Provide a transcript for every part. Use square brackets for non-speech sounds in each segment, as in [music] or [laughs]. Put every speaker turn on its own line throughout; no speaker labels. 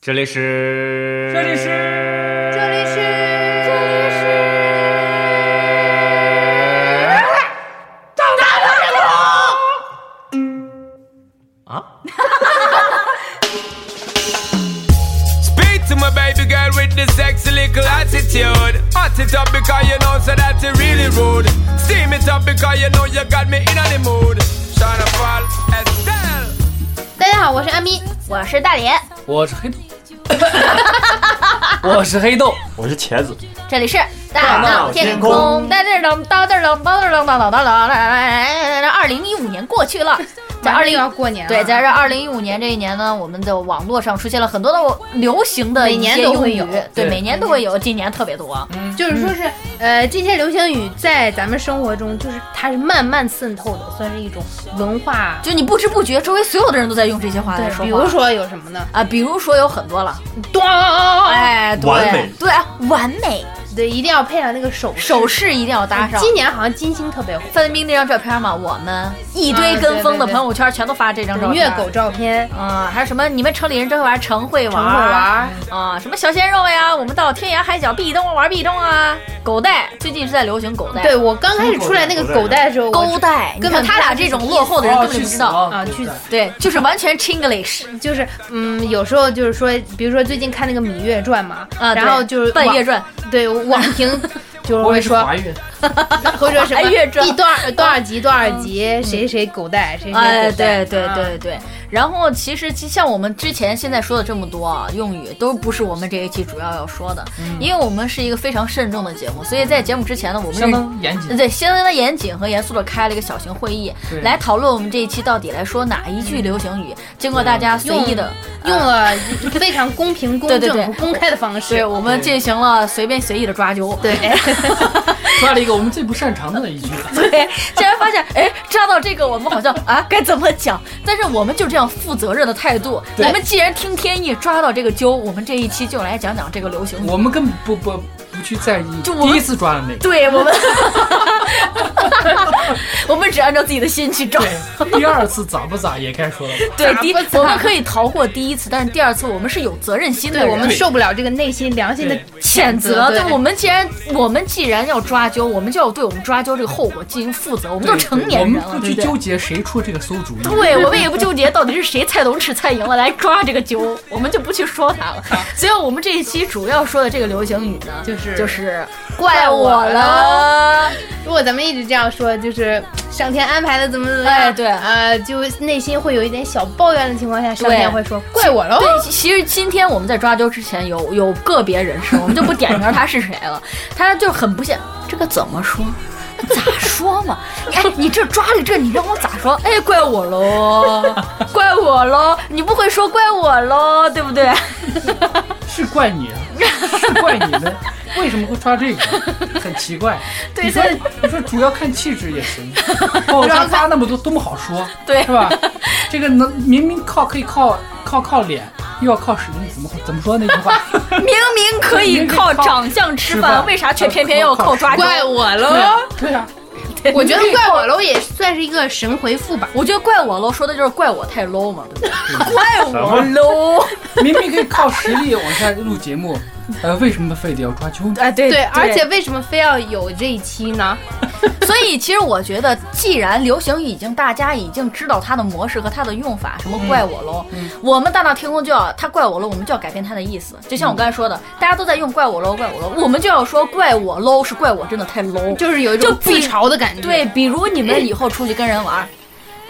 这里是，
这里是，
这里是，
这里是，大大
人物啊。Speak to my baby girl with the sexy little attitude. Hot it up because you know so that it really rude. Steam it up because you know you got me in the mood. Shine fall Estelle.
大家好，我是阿咪，我是大脸，
我是黑豆，我是黑豆，
我是茄子。
这里是大闹天
空
空，哒嘚儿噔，哒嘚儿噔，哒嘚儿噔，哒嘚儿噔，哒嘚儿噔。二零一五年过去了，在二
马上
零
要过年了，
对，在这二零一五年这一年呢，我们的网络上出现了很多的流行的
每
一
年
些
都
用
会
语
有，
对，
对
每年都会有，今年特别多。
就是说是，呃，这些流行语在咱们生活中，就是它是慢慢渗透的，算是一种文化。
就你不知不觉，周围所有的人都在用这些话来
对，
说话。
比如说有什么呢？
啊，比如说有很多了，
咚，
哎，对，
完美
对，完美，
对，一定要配上那个手势。啊
手势一定要搭上。
今年好像金星特别火，
范冰冰那张照片嘛，我们一堆跟风的
啊对对对
朋友圈全都发这张照片。
虐狗照片，
啊、还有什么？你们城里人真会玩，城会玩，
陈慧玩，
啊，什么小鲜肉呀？我们到天涯海角壁咚玩壁咚啊！狗带最近是在流行狗带，
对，我刚开始出来那个狗带的时候，
狗带，
根本
你看他俩这种落后的人根本就不知道，
我啊去死。
对，就是完全 Chinglish
就是，嗯，有时候就是说，比如说最近看那个《芈月传》嘛，
啊，
然后就是
半
网
月，传，
对，网评就是会说，
华月，
[laughs] 或者什么
哎月转
一多少多少集多少集，谁谁狗带，谁谁狗带
哎，，对对
啊
对对。然后其实其像我们之前现在说的这么多啊，用语都不是我们这一期主要要说的，因为我们是一个非常慎重的节目，所以在节目之前呢，我们
相
认
当严谨。
对，相当的严谨和严肃的开了一个小型会议，
对嗯
来讨论我们这一期到底来说哪一句流行语。经过大家随意的，
用了非常公
[laughs]
平、公
对对
正、
对
不公开的方式
对。我们进行了随便随意的抓阄。
对，
抓了一个我们最不擅长的一句，
[laughs] 对，竟然发现，哎，抓到这个我们好像啊该怎么讲？但是我们就这样负责任的态度，我
对
们既然听天意抓到这个阄，我们这一期就来讲讲这个流行语。
我们根本不不不去在意
就我
第
们
一次抓的那个。
对我们， [laughs] 我们只按照自己的心去找。
对， [laughs] 第二次咋不咋也
[laughs]
该说了吧？
对，
咋
第
不咋
我们可以逃过第一次，但是第二次我们是有责任心
[laughs]
的
对
人。
我们受不了这个内心良心的
对
谴责，
对
对我们既然我们既然要抓阄，我们就要对我们抓阄这个后果进行负责。我们都
对
成年人
我
了，
们不
对
去
不对？
纠结谁出这个馊主意。
对，我们也不纠结到底是谁菜懂吃菜赢了来抓这个阄，我们就不去说它了。所以，我们这一期主要说的这个流行语呢，
就是
就是怪我了
了。如果咱们一直这样说，就是上天安排的怎么怎么样，
哎对
呃，就内心会有一点小抱怨的情况下，上天会说怪我喽。
对，其实今天我们在抓阄之前有有个别人士，我们就不点名他是谁了， [laughs] 他就很不屑，这个怎么说？咋说嘛？ [laughs] 你哎，你这抓了这，你让我咋说？哎，怪我喽，怪我喽！你不会说怪我喽，对不对？
是怪你
[laughs]
啊，是怪你们，为什么会抓这个？很奇怪。
[laughs] 对
你说
所以
你说主要看气质也
[laughs]
行，我刚发那么多多么好说，
对
是吧？这个能明明靠可以靠靠靠脸，又要靠实力，怎么怎么说那句
[laughs]
话？
明明可以靠长相吃
吃
饭，
饭
为啥却偏偏要靠抓
怪
阄？
我
对
喽
啊！，对啊，
[laughs] 我觉得怪我喽也算是一个神回复吧。
[laughs] 我觉得怪我喽，说的就是怪我太 low 嘛，对不对？怪我喽！
明明可以靠实力往下录节目，呃，为什么非得要抓阄呢？
哎，对
对，而且为什么非要有这一期呢？
[laughs] 所以，其实我觉得，既然流行语已经大家已经知道它的模式和它的用法，什么怪我喽，
嗯
我们大闹天宫就要它怪我喽，我们就要改变它的意思。就像我刚才说的，大家都在用怪我喽，怪我喽，我们就要说怪我喽，是怪我真的太 low。
就是有一种
就
自
比
嘲的感觉。
对，比如你们以后出去跟人玩，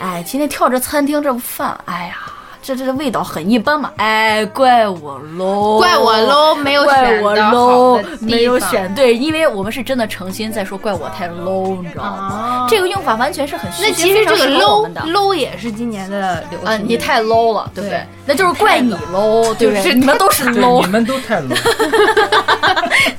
哎，今天跳这餐厅这饭，哎呀，这这这味道很一般嘛，哎，怪我喽，
哦怪我。喽，没有
怪
选
我
到
low，
好的地
没有
方
选对，因为我们是真的诚心在说怪我太 low，你知道吗？
哦
这个用法完全是很虚
那
心
其实
非常
这个
适合我
low
们的
low 也是今年的流行语、
啊，你太 low 了，对不对
对？
那就是怪你 low，对不
就
对？
是
你们都
[laughs]
是
对，你
low。
们都太 low，
[laughs]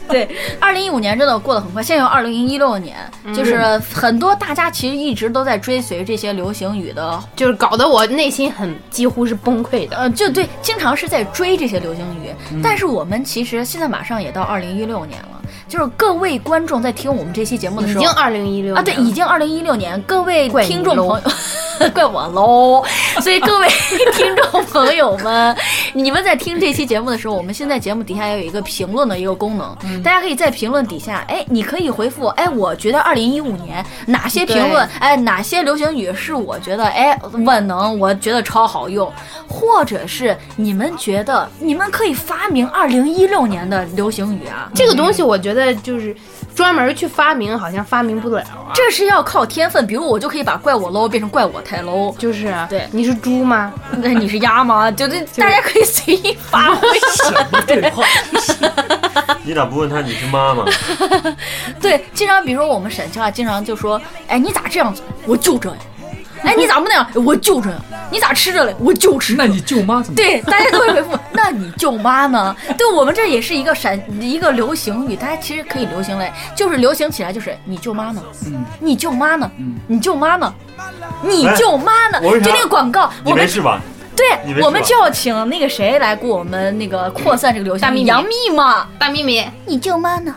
对，二零一五年真的过得很快，现在有二零一六年，就是
嗯
很多大家其实一直都在追随这些流行语的
就是搞得我内心很几乎是崩溃的。
呃，就对，经常是在追这些流行语。
嗯
但是我们其实现在马上也到二零一六年了，就是各位观众在听我们这期节目的
已
时候啊
经二零一六
啊，对，已经二零一六年，各位
怪你
听众朋友， [laughs] 怪我
[laughs]
喽。所以各位听众朋友们，你们在听这期节目的时候，我们现在节目底下有一个评论的一个功能，
嗯
大家可以在评论底下，哎，你可以回复，哎，我觉得二零一五年哪些评论，哎，哪些流行语是我觉得，哎，万能，我觉得超好用，或者是你们觉得你们可以发明二零一六年的流行语啊，
这个东西我觉得就是专门去发明，好像发明不了啊。
这是要靠天分，比如我就可以把怪我 low 变成怪我太 low，
就是啊
对
你是猪吗？
[laughs] 那你是鸭吗？就这，大家可以随意发挥。
什么对话？你咋不问他你是妈妈？
[laughs] 对，经常比如说我们沈清啊，经常就说，哎，你咋这样子？我就这样。哎，你咋不那样？我就这样。你咋吃着嘞？我就吃这
那你舅妈怎么？
对，大家都会回复。那你舅妈呢？对我们这也是一个闪一个流行语，大家其实可以流行嘞，就是流行起来就是你舅妈呢，
嗯
你舅妈呢，
嗯
你舅妈呢，你
哎
舅妈呢，
我为啥
就那个广告，
你
我
没
们
事吧？你没
对，
事
我们
吧
就要请那个谁来给我们那个扩散这个流行
大幂
语，
幂
杨幂嘛。
大咪咪，
你舅妈呢？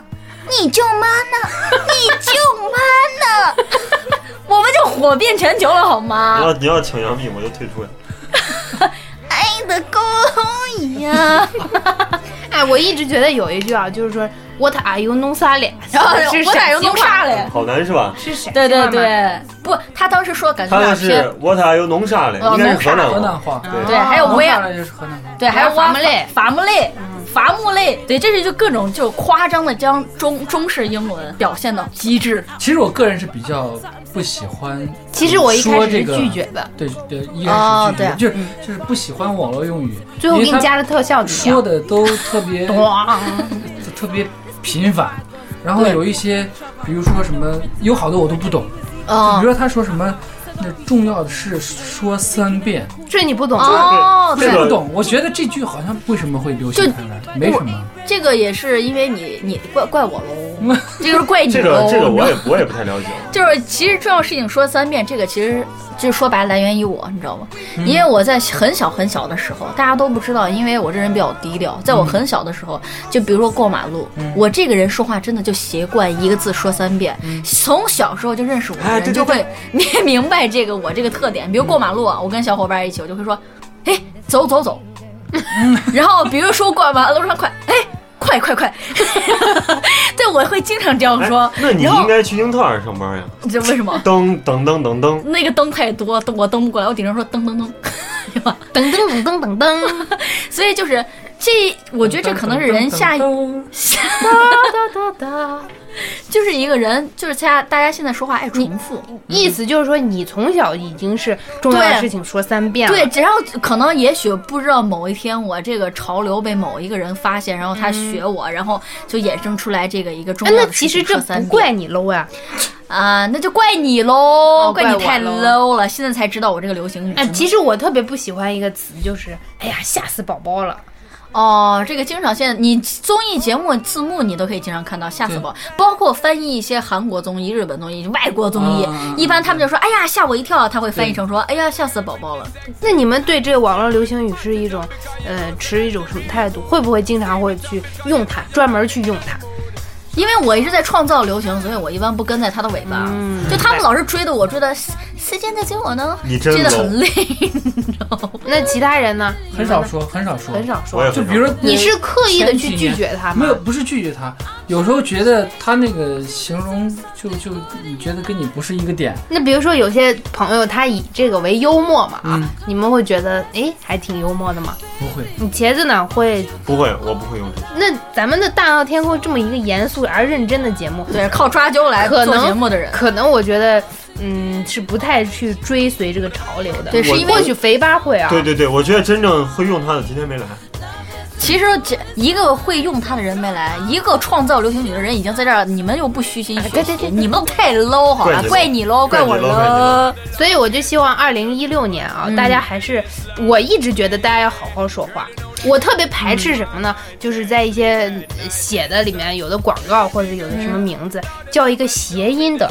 你舅妈 [laughs] 呢？你舅妈呢？ [laughs] 我们就火遍全球了，好
你
吗？
要你要请杨幂，我就退出呀。
爱的勾引 [laughs] 呀！
哎，我一直觉得有一句啊，就是说 What are you non s a l [laughs] e
然后我咋又弄啥嘞？？
好难是吧？
是谁？
对对，对，不，他当时说感觉
他
哪
那
偏
是 What are you 弄啥嘞？
哦
应该是河南
河南
话。
话，
对
对，还有
我
我也
下来就是河南话。
对，哦还有
伐木类
伐木嗯类、伐木类，对，这是就各种就夸张的将中中式英文表现到极致。
其实我个人是比较不喜欢说这个，
其实我一开始是拒绝的，
对对，一
哦
开始拒
对
绝，
啊
就是就是不喜欢网络用语，
最后
因
给
为
你
它
加了特效，怎么
说
样？
的都特
[laughs]
别就特别频繁，然后有一些，比如说什么，有好多我都不懂，比
嗯
如，说他说什么。那重要的是说三遍，
这你不懂，
哦，
这
对
个。
不懂。我觉得这句好像为什么会流行开来，没什么。
这个也是因为你你怪怪我喽，这就是怪你
这
喽
个。这个我也我也不太了解。
就是其实重要事情说三遍，这个其实就是说白了来源于我，你知道吗？因为我在很小很小的时候，大家都不知道，因为我这人比较低调。在我
嗯
很小的时候，就比如说过马路，我这个人说话真的就习惯一个字说三遍。 [laughs] 从小时候就认识我的
嗯哎
人
对对
就会你明 [laughs] 白这个我这个特点。比如过马路啊，我跟小伙伴一起，我就会说，哎，走走走。
嗯
然后比如说过马路上快，哎，快快 [laughs] 快，对，我会经常这样
哎
说。
那你
然后
应该去英特尔上班呀？
你知道为什么？
噔噔噔噔噔，
那个灯太多，我蹬不过来，我顶上说噔噔 [laughs] 噔，对吧？
噔噔噔噔噔噔，
所以就是这，我觉得这可能是人下一，下
哒哒哒哒。
就是一个人，就是大家大家现在说话爱重复，
意思就是说，你从小已经是重要的
对
事情说三遍了。
对，，只要可能也许不知道某一天我这个潮流被某一个人发现，然后他学我，然后就衍生出来这个一个重
嗯哎，
要
那
的事
其
情
实这
说三
不
遍
怪你 low 呀、
啊，那就怪你喽，
哦怪
你太
我喽
low 了，现在才知道我这个流行语
哎，
真的
其实我特别不喜欢一个词，就是哎呀，吓死宝宝了。
哦，这个经常现在你综艺节目字幕你都可以经常看到，吓死我！包括翻译一些韩国综艺、日本综艺、外国综艺，
啊
一般他们就说：“哎呀，吓我一跳！”他会翻译成说：“哎呀，吓死宝宝了。
那你们对这个网络流行语是一种，呃，持一种什么态度？会不会经常会去用它，专门去用它？”
因为我一直在创造流行，所以我一般不跟在他的尾巴。就他们老是追的我，追的时时间在追我呢，
你真
追的
low
很累， [laughs] 你知道吗？
那其他人呢？
很少说，很少说，
很少
我也
说。
就比如说
你是刻意的去
前几
拒
年
绝它
没
吗
有，？不是拒绝他，有时候觉得他那个形容就就你觉得跟你不是一个点，
那比如说有些朋友他以这个为幽默嘛，
嗯
啊，你们会觉得哎还挺幽默的嘛？
不会。
你茄子呢会？
不会，我不会用这个。
那咱们的大闹天宫这么一个严肃而认真的节目，
对，靠抓阄来
可
做
能
节目的人，
可能我觉得嗯是不太去追随这个潮流的。
对，是因为
或许肥八会啊，
对对对，我觉得真正会用它的今天没来。
其实这一个会用它的人没来，一个创造流行语的人已经在这儿，你们又不虚心学习，
对对对对
你们都太 low 好吧？
怪
怪你 low，
怪
我
你 low，怪你 low
所以我就希望二零一六年啊，
嗯
大家还是，我一直觉得大家要好好说话。我特别排斥什么呢？就是在一些呃写的里面，有的广告或者嗯有的什么名字、叫一个谐音的，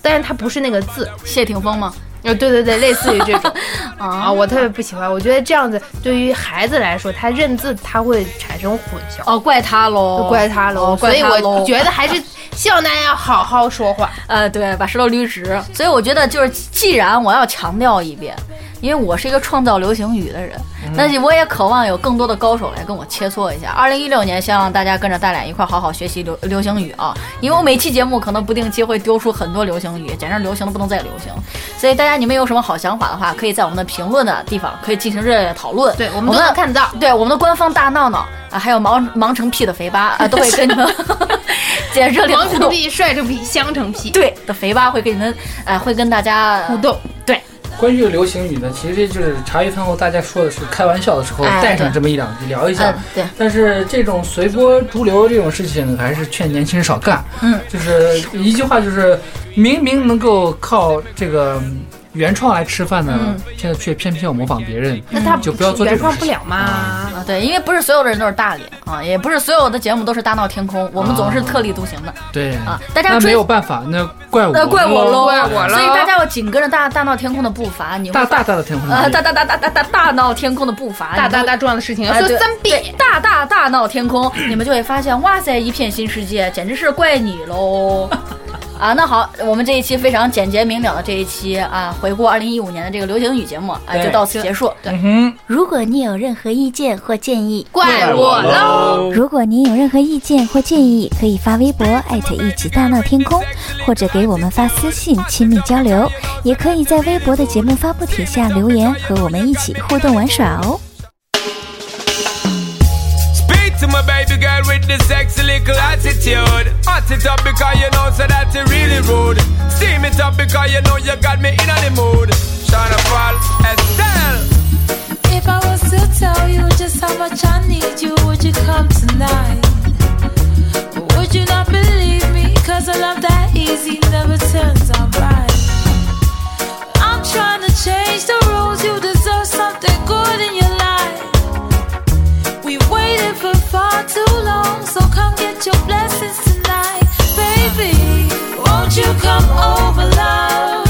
但是它不是那个字，
谢霆锋吗？
呃，对对对，类似于这 [laughs] 种啊，
啊，
我特别不喜欢。我觉得这样子对于孩子来说，他认字他会产生混淆，
哦，怪他喽，
就怪他喽。
哦
所
怪
以
他喽
我觉得还是希望大家好好说话。
呃，对，把石头捋直。所以我觉得就是，既然我要强调一遍，因为我是一个创造流行语的人，
嗯
那我也渴望有更多的高手来跟我切磋一下。二零一六年，希望大家跟着大脸一块儿好好学习流流行语啊，因为我每期节目可能不定期会丢出很多流行语，简直流行的不能再流行。所以大家你们有什么好想法的话，可以在我们的评论的地方可以进行热烈的讨论。
对，我们都能看得 [laughs] 到。
对我们的官方大闹闹啊，还有忙忙成屁的肥八啊，都会跟
[laughs]
你们进行热烈的
王
互
成
动。
屁、帅成屁、香成屁，
对的肥八会给你们，呃，会跟大家
互动。
关于这个流行语呢，其实就是茶余饭后大家说的是开玩笑的时候
哎
带上这么一两句聊一下
嗯。对，
但是这种随波逐流这种事情，还是劝年轻人少干。
嗯，
就是一句话，就是明明能够靠这个嗯原创来吃饭呢，现在却偏偏要模仿别人。
那他
就不要做这
原
种
创
事
不
情
了嘛？
啊，对，因为不是所有的人都是大脸啊，也不是所有的节目都是大闹天空，我们总是特立独行的
对
啊。大家
啊那没
追
有，办法，那怪我，
那怪我喽，
怪我喽
所以大家要紧跟着大大闹天空的步伐，你会
大大大的天空。
啊，大大大大大大大闹天空的步伐，
大
你会
大大重要的事情要
啊
哎
说
对
三遍。
对大大大闹天空，你们就会发现，哇塞，一片新世界，简直是怪你喽！啊，那好，我们这一期非常简洁明了的这一期啊，回顾二零一五年的这个流行语节目啊，就
对
到此结束。对，
嗯哼，
如果你有任何意见或建议，
怪我喽！
如果您有任何意见或建议，可以发微博艾特一起大闹天空，或者给我们发私信亲密交流，也可以在微博的节目发布帖下留言，和我们一起互动玩耍哦。
Speak to my baby girl with the sexy little attitude. Hot it up because you know so that you really rude. Steam it up because you know you got me in the mood. Shana Paul, Estelle.
If I was to tell you just how much I need you, would you come tonight? Would you not believe me? Cause a love that easy never turns out right. I'm trying to change the rules, you deserve something good in your life. We waited for far too long, so come get your blessings tonight. Baby, won't you come over, love?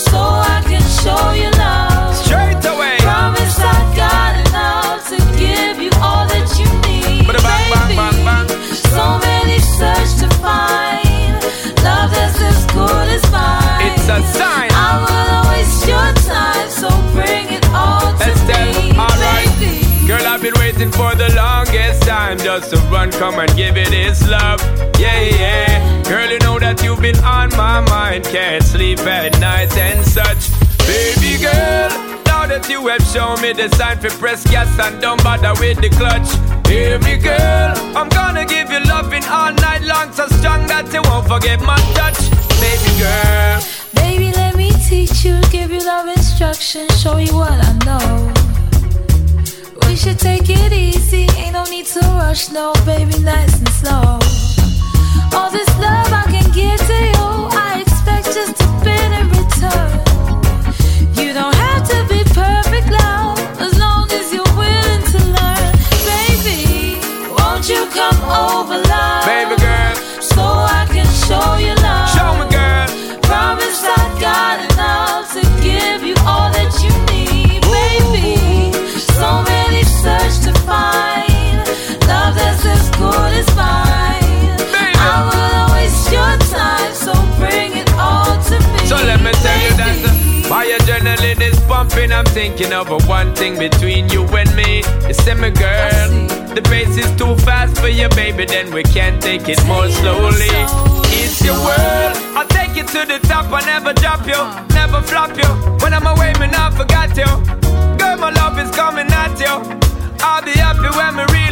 So I can show you love.
Straight away.
Promise I got enough to give you all that you need,
Bada bang, bang, bang, bang.
baby. So many search to find love that's as good as mine.
It's a sign.
I will waste your time, so bring it all to
Estelle,
me,
alright.
baby.
Girl, I've been waiting for the longest time just to run, come and give it this love. Yeah, yeah. Girl, you know that you've been on my mind, can't sleep at night and such. Baby girl, now that you have shown me the sign for press gas and don't bother with the clutch. Baby girl, I'm gonna give you loving all night long, so strong that you won't forget my touch. Baby girl,
Baby, let me teach you, give you love instruction, show you what I know. We should take it easy, ain't no need to rush, no, baby, nice and slow. All this love I can give to you, I expect just a bit in return. You don't have to be perfect, love, as long as you're willing to learn. Baby, won't you come over, love?
baby girl,
So I can show you love.
show me girl.
Promise I got enough to give you all that you need, baby. So many search to find love that's as good as mine.
Baby.
I will waste your time, so bring it all to me.
So let me tell you that
baby.
the, my adrenaline is pumping. I'm thinking of a one thing between you and me. You see me, girl.
see.
The pace is too fast for you, baby. Then we can take it more
Take it
slowly.
slowly.
It's your world. I'll take you to the top. I never drop you, never flop you. When I'm away, man, I forgot you. Girl, my love is coming at you. I'll be happy when we real